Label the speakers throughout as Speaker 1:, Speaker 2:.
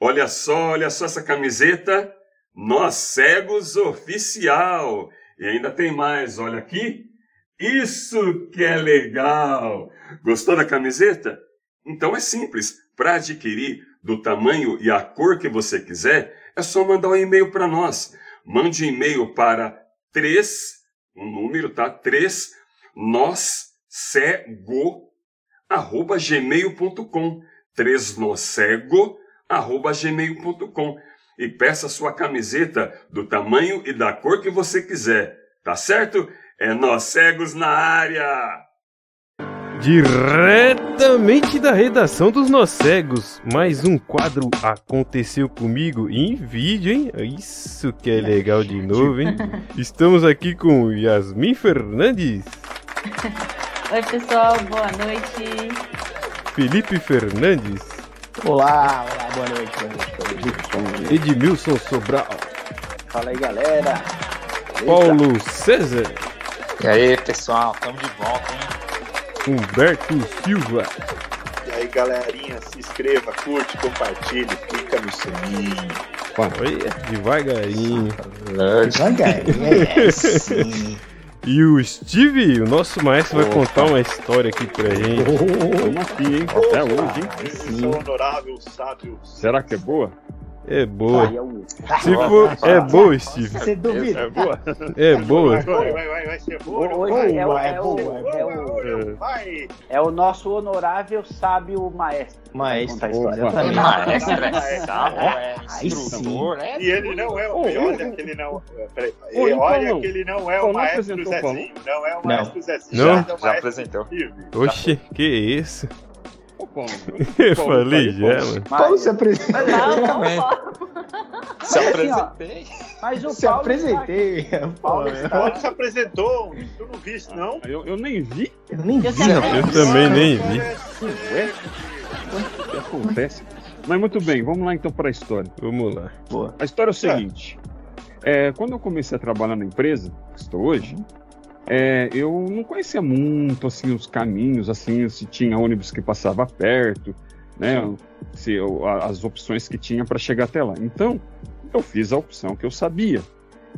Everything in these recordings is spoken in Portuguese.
Speaker 1: Olha só, olha só essa camiseta. Nós cegos oficial. E ainda tem mais, olha aqui. Isso que é legal! Gostou da camiseta? Então é simples. Para adquirir do tamanho e a cor que você quiser, é só mandar um e-mail para nós. Mande um e-mail para 3, um número, tá? 3, nós cego, arroba gmail.com. 3 nós cego, arroba gmail.com. E peça sua camiseta do tamanho e da cor que você quiser, tá certo? É nós cegos na área!
Speaker 2: Diretamente da redação dos Nós Cegos, mais um quadro aconteceu comigo em vídeo, hein? Isso que é legal de novo, hein? Estamos aqui com Yasmin Fernandes,
Speaker 3: Oi, pessoal, boa noite.
Speaker 2: Felipe Fernandes,
Speaker 4: Olá, olá, boa noite, boa noite, boa noite, boa noite.
Speaker 2: Edmilson Sobral,
Speaker 4: Fala aí, galera. Eita.
Speaker 2: Paulo César,
Speaker 5: E aí, pessoal, tamo de volta, hein?
Speaker 2: Humberto Silva,
Speaker 6: E aí, galerinha, se inscreva, curte, compartilhe, clica no sininho.
Speaker 2: olha, devagarinho.
Speaker 4: Devagarinho,
Speaker 5: É, sim.
Speaker 2: E o Steve, o nosso maestro, vai contar uma história aqui pra gente.
Speaker 7: Vamos aqui, hein? Até longe, hein?
Speaker 6: Missão honorável, sábio.
Speaker 7: Será que é boa?
Speaker 2: É boa.
Speaker 4: Aí é o-
Speaker 2: Se for,
Speaker 7: Tipo,
Speaker 2: é boa, Steve.
Speaker 4: Você duvida?
Speaker 7: É boa?
Speaker 2: É boa.
Speaker 6: Vai, vai, vai, vai ser boa. não
Speaker 4: Hoje
Speaker 6: vai?
Speaker 4: é o,
Speaker 6: Vai,
Speaker 4: é o- é o-
Speaker 7: É.
Speaker 6: Vai!
Speaker 4: é o nosso honorável sábio maestro.
Speaker 8: Maestro,
Speaker 4: Vai contar a história. Tá
Speaker 8: opa.
Speaker 5: Maestro é sábio, é
Speaker 8: Aí sim.
Speaker 5: instrutor, é
Speaker 6: E ele não é o.
Speaker 7: Ô,
Speaker 6: e olha
Speaker 7: ô,
Speaker 6: que ele não. É, Peraí.
Speaker 7: ô,
Speaker 6: E
Speaker 7: então
Speaker 6: olha
Speaker 7: não.
Speaker 6: que ele não é
Speaker 7: Então
Speaker 6: o
Speaker 7: não
Speaker 6: maestro
Speaker 7: apresentou o Paulo?
Speaker 6: Zezinho. Não é o
Speaker 8: Não.
Speaker 6: maestro Zezinho.
Speaker 2: Não?
Speaker 6: mas é o
Speaker 5: Já
Speaker 6: maestro
Speaker 5: apresentou.
Speaker 6: Steve.
Speaker 2: Oxe, que isso?
Speaker 7: Ô, Paulo,
Speaker 2: Eu falei
Speaker 7: Paulo, falei,
Speaker 2: já,
Speaker 7: Paulo.
Speaker 2: mano.
Speaker 8: Paulo se apresentou.
Speaker 3: Não, não, pode.
Speaker 5: Se
Speaker 4: Mas assim, ó,
Speaker 5: apresentei.
Speaker 4: Mas o
Speaker 8: Se
Speaker 9: tá
Speaker 4: Paulo tá
Speaker 8: apresentei. Pô,
Speaker 4: Paulo tá
Speaker 8: eu
Speaker 4: está-
Speaker 6: Paulo Tá, se apresentou. Tu não viste, não? é
Speaker 7: eu, eu nem vi
Speaker 8: eu nem
Speaker 3: Eu
Speaker 8: vi.
Speaker 3: sei-
Speaker 8: rapaz.
Speaker 2: Eu também nem vi.
Speaker 7: o que acontece. Mas muito bem, vamos lá então para a história.
Speaker 2: Vamos lá.
Speaker 7: A história é o seguinte. É, quando eu comecei a trabalhar na empresa, que estou hoje, é, eu não conhecia muito assim os caminhos, assim se tinha ônibus que passava perto, né? Se eu- a- as opções que tinha para chegar até lá. Então, eu fiz a opção que eu sabia,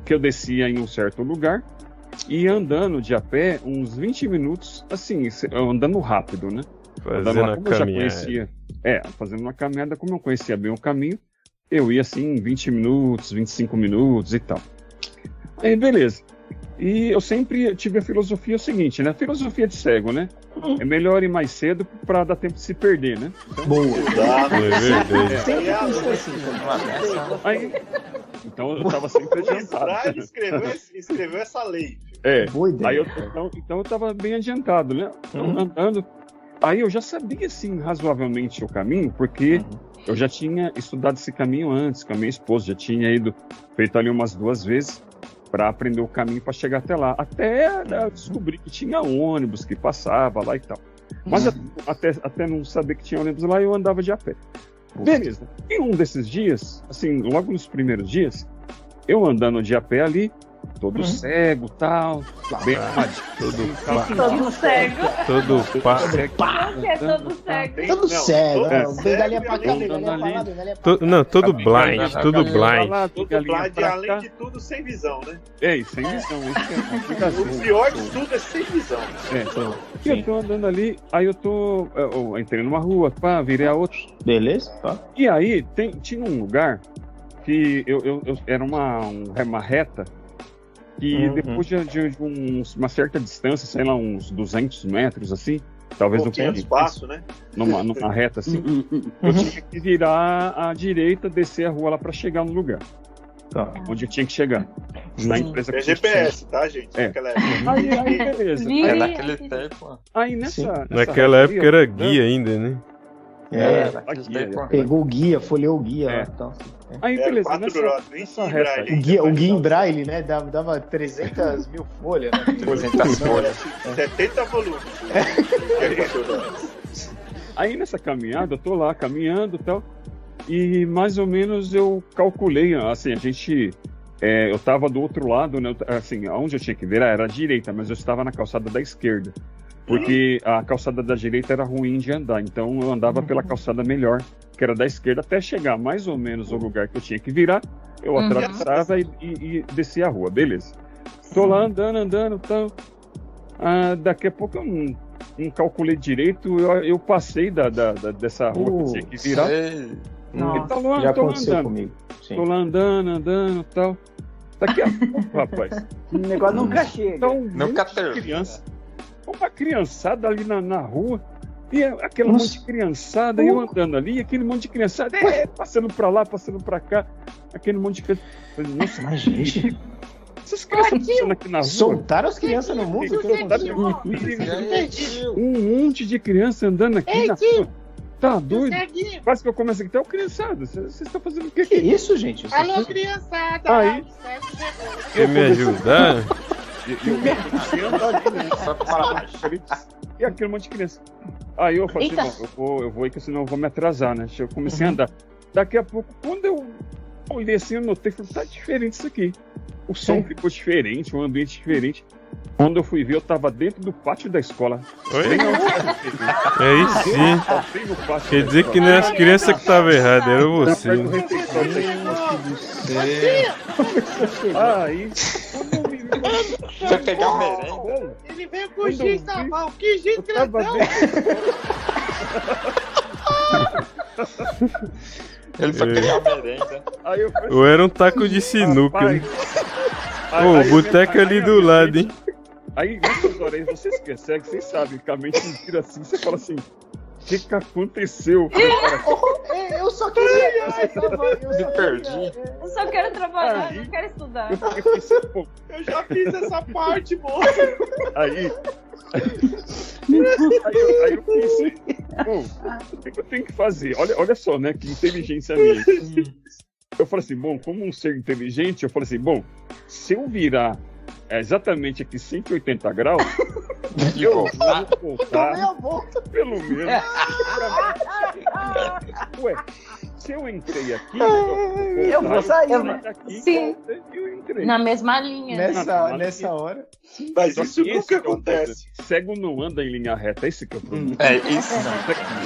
Speaker 7: que eu descia em um certo lugar e ia andando de a pé uns 20 minutos, assim, se- andando rápido, né?
Speaker 2: Fazendo
Speaker 7: Andava-
Speaker 2: a
Speaker 7: como eu já
Speaker 2: caminhada.
Speaker 7: conhecia, é, fazendo uma caminhada, como eu conhecia bem o caminho, eu ia assim 20 minutos, 25 minutos e tal. Aí beleza. E eu sempre tive a filosofia seguinte, né? A filosofia de cego, né? É melhor ir mais cedo pra dar tempo de se perder, né?
Speaker 8: Boa.
Speaker 6: Exato.
Speaker 2: É verdade.
Speaker 8: Sempre pensou assim.
Speaker 5: Uma dessa.
Speaker 7: Aí, então eu tava sempre
Speaker 6: O Estrada
Speaker 7: adiantado.
Speaker 6: escreveu, esse- escreveu essa lei.
Speaker 7: É.
Speaker 8: Boa
Speaker 7: Aí eu,
Speaker 8: ideia.
Speaker 7: então, então eu tava bem adiantado, né? Então,
Speaker 8: Uhum.
Speaker 7: andando. Aí eu já sabia, assim, razoavelmente o caminho, porque
Speaker 8: Uhum.
Speaker 7: eu já tinha estudado esse caminho antes com a minha esposa, já tinha ido, feito ali umas duas vezes para aprender o caminho para chegar até lá. Até né, descobrir que tinha ônibus que passava lá e tal. Mas
Speaker 6: Uhum.
Speaker 7: a- até, até não saber que tinha ônibus lá, eu andava de a pé. Beleza. E um desses dias, assim, logo nos primeiros dias, eu andando de a pé ali, todo
Speaker 6: Uhum.
Speaker 7: cego tal, bem arrumadinho. assim,
Speaker 2: Todo
Speaker 7: tal,
Speaker 2: pá,
Speaker 3: Todo cego.
Speaker 2: todo pá.
Speaker 7: cego,
Speaker 3: Por que é todo cego?
Speaker 8: Todo
Speaker 6: Não,
Speaker 8: cego.
Speaker 7: é.
Speaker 8: ó, Bengalinha pra cá,
Speaker 6: Cego,
Speaker 8: bengalinha pra lá,
Speaker 7: ali.
Speaker 8: bengalinha pra
Speaker 2: To-
Speaker 8: cá.
Speaker 2: não, todo
Speaker 5: Caminho
Speaker 2: blind,
Speaker 5: pra
Speaker 2: todo
Speaker 5: lá,
Speaker 2: blind.
Speaker 7: todo
Speaker 6: Todo
Speaker 7: galinha
Speaker 6: blind,
Speaker 7: pra
Speaker 6: além
Speaker 7: cá.
Speaker 6: de tudo, sem visão, né?
Speaker 7: É, e sem visão, isso que é
Speaker 6: O
Speaker 7: complicado.
Speaker 6: pior de tudo é sem visão.
Speaker 7: É, então, e eu tô andando ali, aí eu tô. Eu eu entrei numa rua, pá, virei a outra.
Speaker 8: Beleza? Tá.
Speaker 7: E aí tem- tinha um lugar que eu, eu- eu- era uma, um- uma reta que
Speaker 8: Uhum.
Speaker 7: depois de, de- de uns- uma certa distância, sei lá, uns 200 metros assim, talvez
Speaker 6: Um
Speaker 7: um
Speaker 6: pouquinho de
Speaker 7: pouco,
Speaker 6: espaço, Uhum. né?
Speaker 7: numa, numa reta assim, eu tinha que virar à direita, descer a rua lá pra chegar no lugar
Speaker 8: Tá.
Speaker 7: onde eu tinha que chegar. Na empresa que
Speaker 6: É
Speaker 7: eu tinha que chegar.
Speaker 6: GPS, tá, gente?
Speaker 7: É.
Speaker 6: Naquela época.
Speaker 7: Aí, aí, beleza.
Speaker 3: Vi.
Speaker 5: É naquele tempo.
Speaker 7: Aí nessa. nessa
Speaker 2: Naquela
Speaker 7: reta aí,
Speaker 2: época era
Speaker 7: eu-
Speaker 2: guia ainda, né?
Speaker 8: É,
Speaker 4: tá
Speaker 5: naquele
Speaker 7: aqui,
Speaker 5: tempo.
Speaker 8: pegou o guia, folheou o guia.
Speaker 7: É.
Speaker 8: lá, Então.
Speaker 7: Aí
Speaker 6: Era
Speaker 7: beleza,
Speaker 6: quatro
Speaker 7: nessa,
Speaker 6: horas, nem
Speaker 7: nessa
Speaker 6: se
Speaker 7: reta
Speaker 6: braille.
Speaker 8: O guia, o guia em braille, né? Dava, dava 300 mil folhas. Né?
Speaker 5: 300 folhas.
Speaker 6: 70
Speaker 7: É.
Speaker 6: volumes. é
Speaker 7: Aí nessa caminhada, eu tô lá caminhando e tal, e mais ou menos eu calculei, assim, a gente. é, eu tava do outro lado, né? eu t- Assim, onde eu tinha que virar era a direita, mas eu estava na calçada da esquerda. Porque a calçada da direita era ruim de andar, então eu andava pela calçada melhor, que era da esquerda, até chegar mais ou menos ao lugar que eu tinha que virar. Eu
Speaker 3: Uhum.
Speaker 7: atravessava e, e- e descia a rua, beleza. Tô lá andando, andando, tal. Ah, daqui a pouco eu não, não calculei direito, eu, eu passei da, da- da- dessa rua que eu tinha que virar.
Speaker 5: Sei.
Speaker 7: E tô
Speaker 3: Nossa.
Speaker 7: lá,
Speaker 4: Já
Speaker 7: tô lá
Speaker 4: aconteceu
Speaker 7: andando.
Speaker 4: comigo. Sim.
Speaker 7: Tô lá andando, andando tal. Daqui a pouco, rapaz.
Speaker 9: O negócio nunca chega.
Speaker 7: Então,
Speaker 5: Nunca
Speaker 7: de
Speaker 5: teve.
Speaker 7: criança. Uma criançada ali na, na rua. E a- aquele
Speaker 4: Nossa.
Speaker 7: monte de criançada, eu andando ali, aquele monte de criançada, é, passando pra lá, passando pra cá, aquele monte de criança. Eu falei, Nossa,
Speaker 4: Mas, gente,
Speaker 7: essas crianças passando aqui na rua.
Speaker 8: Soltaram as crianças no mundo? O que aconteceu?
Speaker 7: Um monte de criança andando aqui na rua. Tá doido? Quase que eu começo a gritar, ô criançada, vocês estão fazendo o que tá
Speaker 4: que
Speaker 7: aqui?
Speaker 8: é
Speaker 4: isso, gente?
Speaker 8: Ah,
Speaker 4: Isso
Speaker 10: Alô, criançada!
Speaker 7: Aí.
Speaker 2: Quer me ajudar?
Speaker 5: Só pra falar.
Speaker 7: E aquele monte de criança. Aí eu falei,
Speaker 3: Eita.
Speaker 7: não, eu vou, eu vou aí, que senão eu vou me atrasar, né? Eu comecei a andar. Daqui a pouco, quando eu olhei assim, eu notei, falei, tá diferente isso aqui. O som ficou diferente, o ambiente diferente. Quando eu fui ver, eu tava dentro do pátio da escola.
Speaker 2: Oi?
Speaker 7: Bem outside, filho.
Speaker 2: Aí sim.
Speaker 7: Tá bem no pátio
Speaker 2: Quer
Speaker 7: da
Speaker 2: dizer que
Speaker 7: escola.
Speaker 2: não é as crianças que estavam erradas, era você. né?
Speaker 7: Tá perto do refeitório da escola. Aí, quando eu me vi,
Speaker 5: Você pegar o merenda.
Speaker 10: Ele veio com o giz na mão, que giz
Speaker 7: eu tava
Speaker 10: grandão!
Speaker 7: dentro.
Speaker 5: Ele foi
Speaker 2: É.
Speaker 5: pegar o merenda.
Speaker 7: Aí eu falei,
Speaker 2: Ou era um taco de sinuca, né?
Speaker 7: Aí-
Speaker 2: Ô,
Speaker 7: aí-
Speaker 2: boteco
Speaker 7: aí-
Speaker 2: ali
Speaker 7: aí,
Speaker 2: do lado, hein?
Speaker 7: obviamente, Aí, nessas horas aí, vocês percebem, vocês sabem, que a mente vira assim, você fala assim, o que que aconteceu? assim,
Speaker 8: É, Eu só queria. Eu só
Speaker 5: Me
Speaker 8: queria-
Speaker 5: perdi.
Speaker 3: Eu só quero trabalhar, eu não quero estudar.
Speaker 7: Eu fiquei pensando, pô,
Speaker 10: Eu já fiz essa parte, moço!
Speaker 7: aí... Aí, eu- aí eu pensei, pô, o que que eu tenho que fazer? Olha, olha só, né, que inteligência minha. Eu falei assim, bom, como um ser inteligente, eu falei assim, bom, se eu virar exatamente aqui 180 graus, eu vou voltar...
Speaker 8: Tomei a boca.
Speaker 7: Pelo menos. Ué, se eu entrei aqui, eu
Speaker 9: Eu vou sair, né?
Speaker 7: daqui,
Speaker 3: Sim.
Speaker 7: Eu entrei.
Speaker 3: Na mesma linha.
Speaker 8: Nessa, nessa hora.
Speaker 6: Mas
Speaker 7: Só
Speaker 6: isso
Speaker 7: que esse
Speaker 6: nunca
Speaker 7: é o
Speaker 6: acontece.
Speaker 7: problema. Cego não anda em linha reta, esse que é o problema.
Speaker 5: É isso.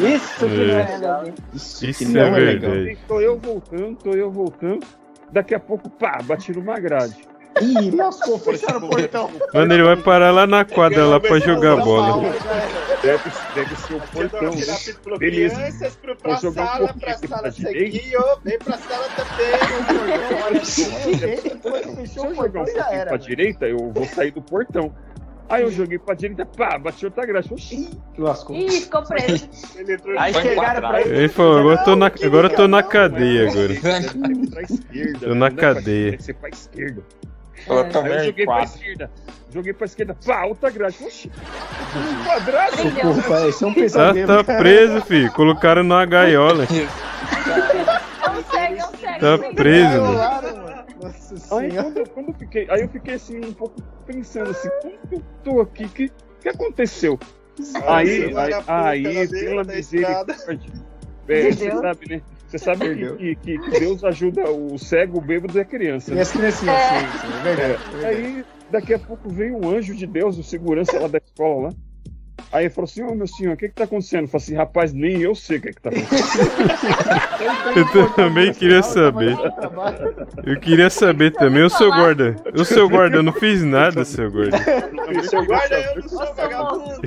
Speaker 9: Isso que não é legal.
Speaker 2: Isso é verdade.
Speaker 7: Então, Tô eu voltando, tô eu voltando. Daqui a pouco, pá, bati numa grade.
Speaker 8: Ih, lascou. Fecharam o
Speaker 7: Por
Speaker 8: portão.
Speaker 2: Mano, ele vai parar lá na quadra lá pra jogar bola.
Speaker 7: Deve, deve ser o portão, né? Beleza.
Speaker 10: Crianças pro,
Speaker 7: Vou
Speaker 10: pra
Speaker 7: jogar um
Speaker 10: é sala,
Speaker 7: pouquinho
Speaker 10: pra
Speaker 7: aqui
Speaker 10: sala
Speaker 7: pra
Speaker 10: seguir, ô, vem pra sala também!
Speaker 7: Se eu
Speaker 8: né? Fechou o
Speaker 7: jogar
Speaker 8: portão já
Speaker 7: um pouquinho
Speaker 8: era.
Speaker 7: pra direita, eu vou sair do portão. Aí eu joguei pra direita, pá, bati outra grade. Oxi,
Speaker 8: né?
Speaker 4: Lascou.
Speaker 3: Ih, ficou preso.
Speaker 10: Ele entrou
Speaker 9: Aí
Speaker 5: Foi
Speaker 9: chegaram pra
Speaker 5: quadrado.
Speaker 9: ele.
Speaker 2: Ele falou, agora eu tô na, agora eu tô na cadeia agora.
Speaker 7: Deve né? pra esquerda.
Speaker 2: Tô na
Speaker 7: né? Não é pra
Speaker 2: cadeia.
Speaker 7: direita, Deve ser pra esquerda.
Speaker 5: Eu
Speaker 7: Aí eu
Speaker 5: também
Speaker 7: joguei pra
Speaker 5: quatro.
Speaker 7: esquerda. Joguei pra esquerda. Pá, outra grade. Oxi. Um quadrado.
Speaker 3: Prendeu.
Speaker 8: Pareceu um
Speaker 2: Tá,
Speaker 8: pesadelo.
Speaker 2: tá preso, filho. Colocaram na gaiola.
Speaker 3: É um cego, é um cego.
Speaker 2: Tá
Speaker 3: prendeu.
Speaker 2: preso, mano.
Speaker 8: Violaram, mano. Nossa
Speaker 7: Aí
Speaker 8: senhora.
Speaker 7: quando, eu- quando eu fiquei, aí eu fiquei assim um pouco pensando assim, como que eu tô aqui? O que, que aconteceu? Aí, aí, aí pela misericórdia. É, você
Speaker 3: Entendeu?
Speaker 7: sabe, né? Você sabe
Speaker 8: Entendeu?
Speaker 7: que, que, que Deus ajuda o cego, o bêbado e a criança.
Speaker 8: E
Speaker 7: né?
Speaker 8: as criancinhas,
Speaker 3: É.
Speaker 8: sim, sim, é verdade. é verdade.
Speaker 7: Aí, daqui a pouco veio um anjo de Deus, o segurança lá da escola lá. Aí ele falou assim: Ô meu senhor, o que que tá acontecendo? Eu falei assim: rapaz, nem eu sei o que que tá acontecendo.
Speaker 2: Eu também queria saber.
Speaker 8: tá
Speaker 2: Eu queria saber também. O seu guarda. O seu guarda, eu não fiz nada, seu guarda.
Speaker 10: Seu guarda, eu não sou
Speaker 3: Nossa,
Speaker 10: vagabundo!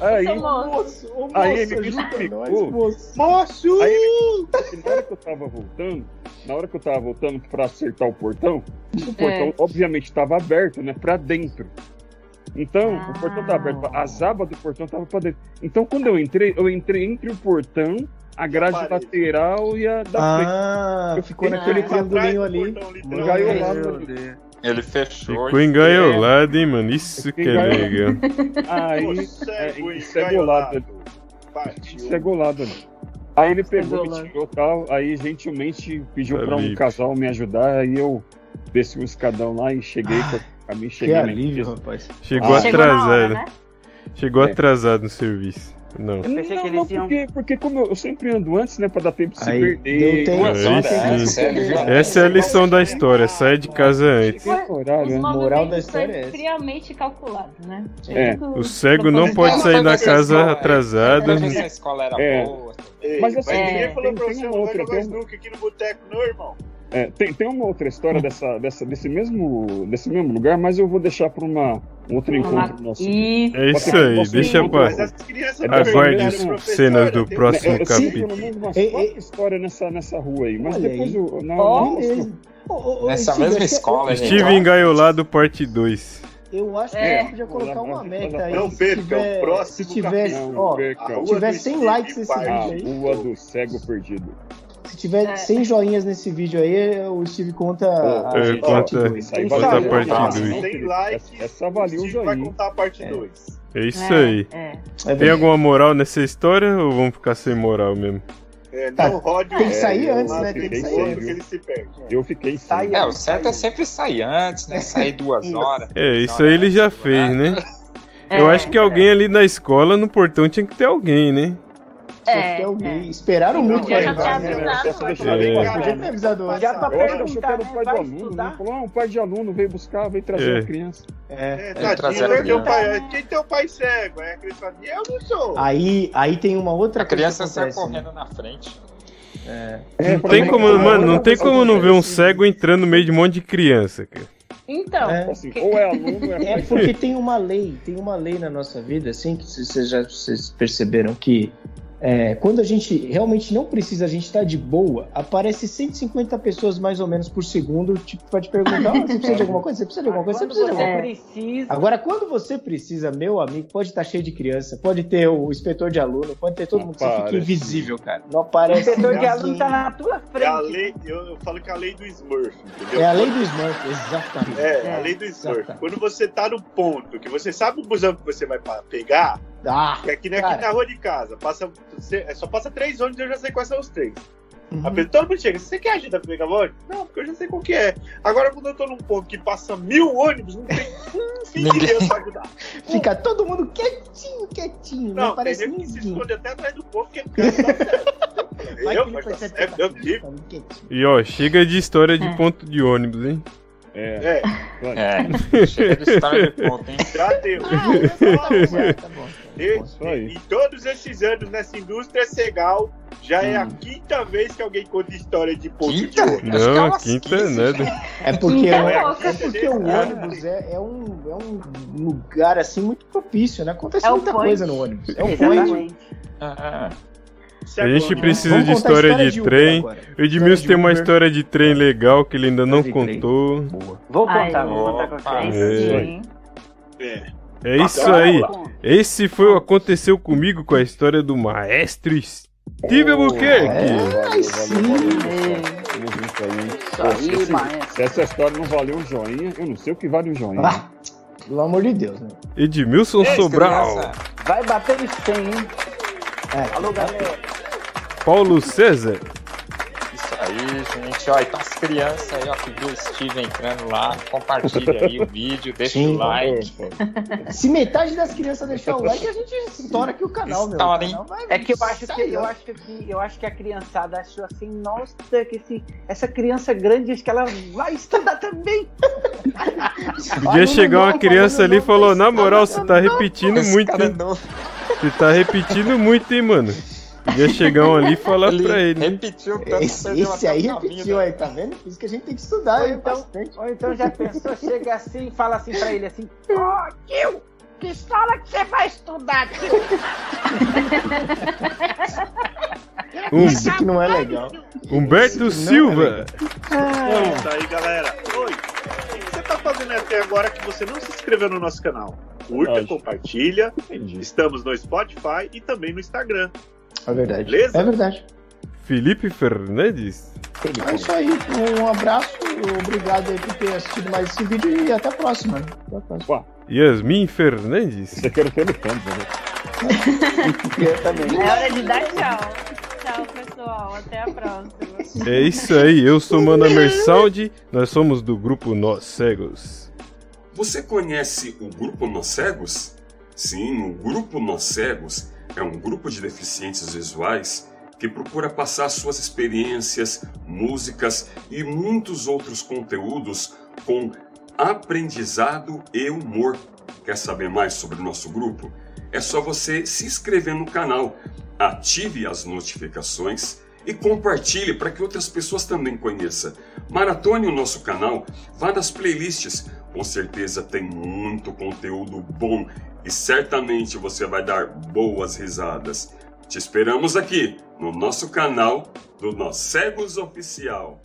Speaker 7: Aí,
Speaker 3: Seu moço.
Speaker 8: Moço, ô, moço,
Speaker 7: aí ele me
Speaker 8: ajuda
Speaker 7: explicou.
Speaker 10: Moço!
Speaker 7: Aí ele que na hora que eu tava voltando, na hora que eu tava voltando pra acertar o portão, o portão obviamente tava aberto, né? Pra dentro. Então, o portão tava aberto, as abas do portão tava pra dentro. Então, quando eu entrei, eu entrei entre o portão, a grade
Speaker 6: parede.
Speaker 7: lateral e a da frente.
Speaker 8: Ah,
Speaker 7: Eu
Speaker 8: ficou
Speaker 7: fiquei
Speaker 8: naquele
Speaker 7: pra
Speaker 8: triangulinho ali. é um
Speaker 7: Engaiolado ali.
Speaker 5: Ele fechou.
Speaker 2: Ficou engaiolado, hein, mano. Isso que é legal.
Speaker 7: Aí, é, engaiolado ali.
Speaker 6: Partiu.
Speaker 7: Cegolado ali. é né? Aí ele
Speaker 9: é
Speaker 7: pegou, me
Speaker 3: Cegolado.
Speaker 7: tirou tal, aí gentilmente pediu
Speaker 2: Tá
Speaker 7: pra um
Speaker 2: livre.
Speaker 7: casal me ajudar, aí eu desci um escadão lá e cheguei,
Speaker 9: Ah,
Speaker 7: pra mim
Speaker 4: Que
Speaker 7: cheguei lá em
Speaker 4: alívio, rapaz.
Speaker 2: Chegou
Speaker 7: Ah.
Speaker 3: Chegou na hora,
Speaker 2: atrasado.
Speaker 3: né?
Speaker 2: Chegou
Speaker 7: É.
Speaker 2: atrasado no serviço. Não.
Speaker 7: Não,
Speaker 9: pensei que
Speaker 7: não,
Speaker 9: eles iam-
Speaker 7: porque, porque como eu, eu sempre ando antes, né? Pra dar tempo de se
Speaker 8: Aí,
Speaker 7: perder.
Speaker 8: deu tempo.
Speaker 7: Duas
Speaker 2: Aí
Speaker 7: horas.
Speaker 8: né?
Speaker 2: sim.
Speaker 5: Essa é a lição.
Speaker 2: Essa é a lição da história, sai de casa antes.
Speaker 7: Tem horário,
Speaker 3: Os
Speaker 7: né?
Speaker 8: moral
Speaker 3: movimentos
Speaker 8: da
Speaker 3: são
Speaker 8: história é essa.
Speaker 3: friamente calculados, né?
Speaker 7: É.
Speaker 2: O cego não pode
Speaker 5: Mas
Speaker 2: sair da
Speaker 5: essa
Speaker 2: casa
Speaker 5: escola-
Speaker 2: atrasado.
Speaker 5: Mas essa escola era
Speaker 7: É.
Speaker 5: boa.
Speaker 6: Ei,
Speaker 7: Mas
Speaker 6: mas
Speaker 7: assim,
Speaker 6: ninguém
Speaker 3: é,
Speaker 6: falou pra
Speaker 7: tem-
Speaker 6: você
Speaker 7: tem
Speaker 6: não vai
Speaker 7: outra,
Speaker 6: jogar
Speaker 7: tem-
Speaker 6: Snook aqui no boteco, não, irmão.
Speaker 7: É, tem, tem uma outra
Speaker 9: Hum.
Speaker 7: história dessa, dessa- desse, mesmo, desse mesmo lugar, mas eu vou deixar pra uma, um outro encontro nosso.
Speaker 3: Isso.
Speaker 2: É isso aí, deixa pra.
Speaker 6: Mas as crianças
Speaker 7: É,
Speaker 6: perguntaram,
Speaker 2: Aguarde
Speaker 7: as
Speaker 6: professora,
Speaker 2: cenas do
Speaker 6: tem-
Speaker 2: próximo
Speaker 7: eu, eu sigo
Speaker 2: capítulo.
Speaker 7: no mundo umas
Speaker 8: Ei,
Speaker 7: quatro
Speaker 8: ei.
Speaker 7: histórias nessa, nessa rua aí, mas
Speaker 8: Olha
Speaker 7: depois
Speaker 8: aí.
Speaker 7: eu. Não,
Speaker 8: Ó,
Speaker 7: não,
Speaker 8: beleza. Ô, ô, ô,
Speaker 5: Nessa
Speaker 8: Steve,
Speaker 5: mesma
Speaker 8: acho que-
Speaker 5: escola, gente.
Speaker 2: Estive engaiolado, parte 2.
Speaker 8: Eu acho que
Speaker 3: É.
Speaker 8: a gente podia colocar uma meta aí.
Speaker 6: Não
Speaker 8: se
Speaker 6: perca,
Speaker 8: tiver-
Speaker 6: o próximo
Speaker 8: Se tiver,
Speaker 7: capítulo.
Speaker 8: ó,
Speaker 7: Não perca.
Speaker 8: se tiver 100 likes esse
Speaker 6: Ah,
Speaker 7: A
Speaker 8: vídeo aí,
Speaker 7: rua do cego perdido.
Speaker 8: se tiver
Speaker 3: É.
Speaker 8: 100 joinhas nesse vídeo aí, o Steve conta. a-
Speaker 2: É,
Speaker 8: a-
Speaker 2: conta-
Speaker 8: dois.
Speaker 7: Aí
Speaker 6: Tem
Speaker 7: valeu
Speaker 6: salário,
Speaker 7: a
Speaker 2: parte
Speaker 6: tá?
Speaker 2: dois.
Speaker 6: Tem likes,
Speaker 7: Essa valeu o
Speaker 6: Steve vai
Speaker 7: joinha.
Speaker 6: contar a parte
Speaker 8: É.
Speaker 6: 2.
Speaker 2: É isso
Speaker 3: É,
Speaker 2: aí.
Speaker 3: é.
Speaker 8: É
Speaker 2: Tem
Speaker 8: verdade.
Speaker 2: alguma moral nessa história ou vamos ficar sem moral mesmo?
Speaker 6: É,
Speaker 8: Tá,
Speaker 6: não rode o
Speaker 8: Tem que sair
Speaker 7: É,
Speaker 8: antes,
Speaker 7: eu
Speaker 8: né? Tem que
Speaker 7: fiquei
Speaker 8: sair
Speaker 7: sem-
Speaker 8: antes.
Speaker 6: outro que ele se perde.
Speaker 7: Eu fiquei sem.
Speaker 9: Sai
Speaker 5: É, o certo é sempre sair antes, né? Sair duas
Speaker 9: Isso.
Speaker 5: horas.
Speaker 2: É, isso aí ele já fez, né? Eu
Speaker 3: É,
Speaker 2: acho que alguém ali na escola, no portão, tinha que ter alguém, né?
Speaker 3: É,
Speaker 8: Só que alguém- Esperaram muito pra
Speaker 3: Podia já ter
Speaker 8: ajudar, né?
Speaker 3: avisado.
Speaker 8: Podia ter avisado antes.
Speaker 9: Já tá
Speaker 7: Eu
Speaker 9: perto.
Speaker 7: acho que era o pai
Speaker 9: Vai
Speaker 7: do aluno,
Speaker 9: estudar?
Speaker 7: né? Falou, ah, um pai de aluno veio buscar, veio trazer
Speaker 2: É.
Speaker 7: a criança.
Speaker 8: É.
Speaker 6: É,
Speaker 5: trazer
Speaker 6: tadinho,
Speaker 5: a
Speaker 6: quem teu
Speaker 5: criança.
Speaker 6: pai, é, quem teu pai cego? É, a criança fala, eu não sou.
Speaker 8: Aí, aí tem uma outra
Speaker 5: A criança
Speaker 8: coisa que
Speaker 5: sai
Speaker 8: acontece, né?
Speaker 5: correndo na frente.
Speaker 7: É,
Speaker 2: Não tem como, mano, não tem como não ver um cego entrando no meio de um monte de criança, cara.
Speaker 3: Então,
Speaker 8: É.
Speaker 7: Assim, ou é aluno, ou é
Speaker 8: É
Speaker 7: pai.
Speaker 8: porque tem uma lei, tem uma lei na nossa vida, assim, que vocês já vocês perceberam que é, quando a gente realmente não precisa, a gente tá de boa, aparece 150 pessoas mais ou menos por segundo, tipo, pra te perguntar, "Ah, você precisa de alguma coisa, você precisa de alguma coisa, você
Speaker 9: Quando
Speaker 8: precisa de alguma
Speaker 9: você
Speaker 8: coisa.
Speaker 9: precisa.
Speaker 8: Agora, quando você precisa, meu amigo, pode estar cheio de criança, pode ter o inspetor de aluno, pode ter todo
Speaker 7: Não
Speaker 8: mundo, você fica
Speaker 7: parece.
Speaker 8: invisível, cara. Não
Speaker 9: O
Speaker 8: aparece.
Speaker 9: inspetor de
Speaker 8: ninguém.
Speaker 9: aluno tá na tua
Speaker 6: É a
Speaker 9: frente.
Speaker 6: lei, eu, eu falo que é a lei do Smurf, entendeu?
Speaker 8: É a lei do Smurf, exatamente.
Speaker 6: É, a lei do Smurf.
Speaker 8: exatamente.
Speaker 6: Quando você tá no ponto que você sabe o busão que você vai pa- pegar,
Speaker 8: Ah,
Speaker 6: que é que nem
Speaker 8: Cara.
Speaker 6: aqui na rua de casa, passa, você- é, só passa três ônibus e eu já sei quais são os três.
Speaker 8: Uhum.
Speaker 6: A pessoa, todo mundo chega, você quer ajuda pra pegar o ônibus? Não, porque eu já sei qual que é. Agora, quando eu tô num ponto que passa mil ônibus, não tem um filho de Deus pra ajudar.
Speaker 8: fica todo mundo quietinho, quietinho, não,
Speaker 6: Não, tem
Speaker 8: aparece
Speaker 6: gente que se
Speaker 8: ninguém.
Speaker 6: esconde até atrás do povo, que é eu,
Speaker 8: Vai que ele
Speaker 6: mas tá
Speaker 8: percebe
Speaker 6: certo,
Speaker 8: que
Speaker 6: eu
Speaker 8: tá
Speaker 6: digo,
Speaker 8: ficando quietinho.
Speaker 2: E ó, chega de história de
Speaker 3: É.
Speaker 2: ponto de ônibus, hein?
Speaker 7: É.
Speaker 6: é,
Speaker 5: É, chega de história de ponto, hein?
Speaker 6: já deu.
Speaker 8: Já, tá bom.
Speaker 6: E-
Speaker 7: Isso aí.
Speaker 6: Em todos esses anos nessa indústria cegal, já é
Speaker 7: Hum.
Speaker 6: a quinta vez que alguém conta história de ponto de
Speaker 5: Quinta?
Speaker 6: ônibus.
Speaker 5: Acho que é
Speaker 2: Não,
Speaker 5: umas
Speaker 2: quinta
Speaker 5: 15,
Speaker 2: nada.
Speaker 8: É porque,
Speaker 3: Então,
Speaker 8: é,
Speaker 3: ó,
Speaker 8: é porque o ônibus é, é um, é um lugar assim muito propício, né? Acontece
Speaker 3: É o
Speaker 8: muita
Speaker 3: point.
Speaker 8: coisa no ônibus. É um point.
Speaker 3: exatamente.
Speaker 5: Ah, ah.
Speaker 6: é
Speaker 2: A gente
Speaker 6: né?
Speaker 2: precisa
Speaker 8: Vamos
Speaker 2: de
Speaker 8: contar a
Speaker 2: história de
Speaker 8: Uber
Speaker 2: trem.
Speaker 8: agora.
Speaker 2: O Edmilson
Speaker 8: de
Speaker 2: tem uma
Speaker 8: Uber.
Speaker 2: história de trem legal que ele ainda não
Speaker 8: de trem.
Speaker 2: contou.
Speaker 9: Vou contar,
Speaker 3: Ai,
Speaker 9: vou contar com
Speaker 5: opa.
Speaker 9: vocês.
Speaker 2: É.
Speaker 3: Sim.
Speaker 2: É isso aí. Esse foi o Aconteceu Comigo com a história do maestro Steve Albuquerque.
Speaker 8: Ai, É, sim.
Speaker 7: Vamos ver isso aí, hein?
Speaker 9: Isso
Speaker 7: Poxa,
Speaker 9: aí,
Speaker 7: assim,
Speaker 9: maestro.
Speaker 7: se essa história não valeu um joinha, eu não sei o que vale um joinha.
Speaker 8: Ah, pelo amor de Deus, né?
Speaker 2: Edmilson
Speaker 5: Ei,
Speaker 2: Sobral.
Speaker 5: criança,
Speaker 9: Vai bater em 100, hein?
Speaker 8: É.
Speaker 9: Alô, galera.
Speaker 2: Paulo César.
Speaker 5: Isso aí, gente. Ó, e para as crianças aí, ó, que viu o Steve entrando lá, compartilha aí o vídeo, deixa
Speaker 8: Sim,
Speaker 5: o like.
Speaker 8: Se metade das crianças deixar o like, a gente estoura aqui o canal, meu. O
Speaker 5: Estoura, hein?
Speaker 8: canal vai-
Speaker 9: É que eu acho que
Speaker 8: sai,
Speaker 9: eu
Speaker 8: ó.
Speaker 9: acho que eu acho que a criançada achou assim, nossa, que esse, essa criança grande acho que ela vai estudar também.
Speaker 2: Podia chegar Um uma criança ali e falou: Na moral, você tá
Speaker 8: é
Speaker 2: repetindo
Speaker 5: Esse
Speaker 2: muito.
Speaker 5: cara
Speaker 2: hein?
Speaker 5: não-
Speaker 2: Você tá repetindo muito, hein, mano. Podia chegar um ali e falar pra ele.
Speaker 5: repetiu tanto que
Speaker 8: Esse,
Speaker 5: perdeu
Speaker 8: esse
Speaker 5: até
Speaker 8: aí
Speaker 5: o caminho,
Speaker 8: repetiu
Speaker 5: né?
Speaker 8: aí, tá vendo? Por isso que a gente tem que estudar
Speaker 9: Ou
Speaker 8: aí
Speaker 9: então-
Speaker 8: bastante.
Speaker 9: Ou então já pensou, chega assim e fala assim pra ele assim, ó tio, que história que você vai estudar, tio?
Speaker 2: Um-
Speaker 8: Isso que não é legal.
Speaker 2: Humberto Silva.
Speaker 6: É isso aí, galera. Oi. O que você tá fazendo até agora que você não se inscreveu no nosso canal? Curta,
Speaker 7: Verdade.
Speaker 6: compartilha.
Speaker 7: Entendi.
Speaker 6: Estamos no Spotify e também no Instagram.
Speaker 8: É verdade.
Speaker 6: Beleza?
Speaker 8: É verdade.
Speaker 2: Felipe Fernandes.
Speaker 8: É isso aí. Um abraço, obrigado aí por ter assistido mais esse vídeo e até a próxima. né? Até a próxima.
Speaker 2: Yasmin Fernandes.
Speaker 7: Você quer o telefone, né?
Speaker 9: Eu também.
Speaker 3: É hora de dar tchau. Tchau, pessoal. Até a próxima.
Speaker 2: É isso aí, eu sou Mana Mersaldi, nós somos do grupo Nós Cegos.
Speaker 1: Você conhece o Grupo Nós Cegos? Sim, o Grupo Nós Cegos é um grupo de deficientes visuais que procura passar suas experiências, músicas e muitos outros conteúdos com aprendizado e humor. Quer saber mais sobre o nosso grupo? É só você se inscrever no canal, ative as notificações e compartilhe para que outras pessoas também conheçam. Maratone o nosso canal, vá nas playlists, com certeza tem muito conteúdo bom e certamente você vai dar boas risadas. Te esperamos aqui no nosso canal do Nós Cegos Oficial.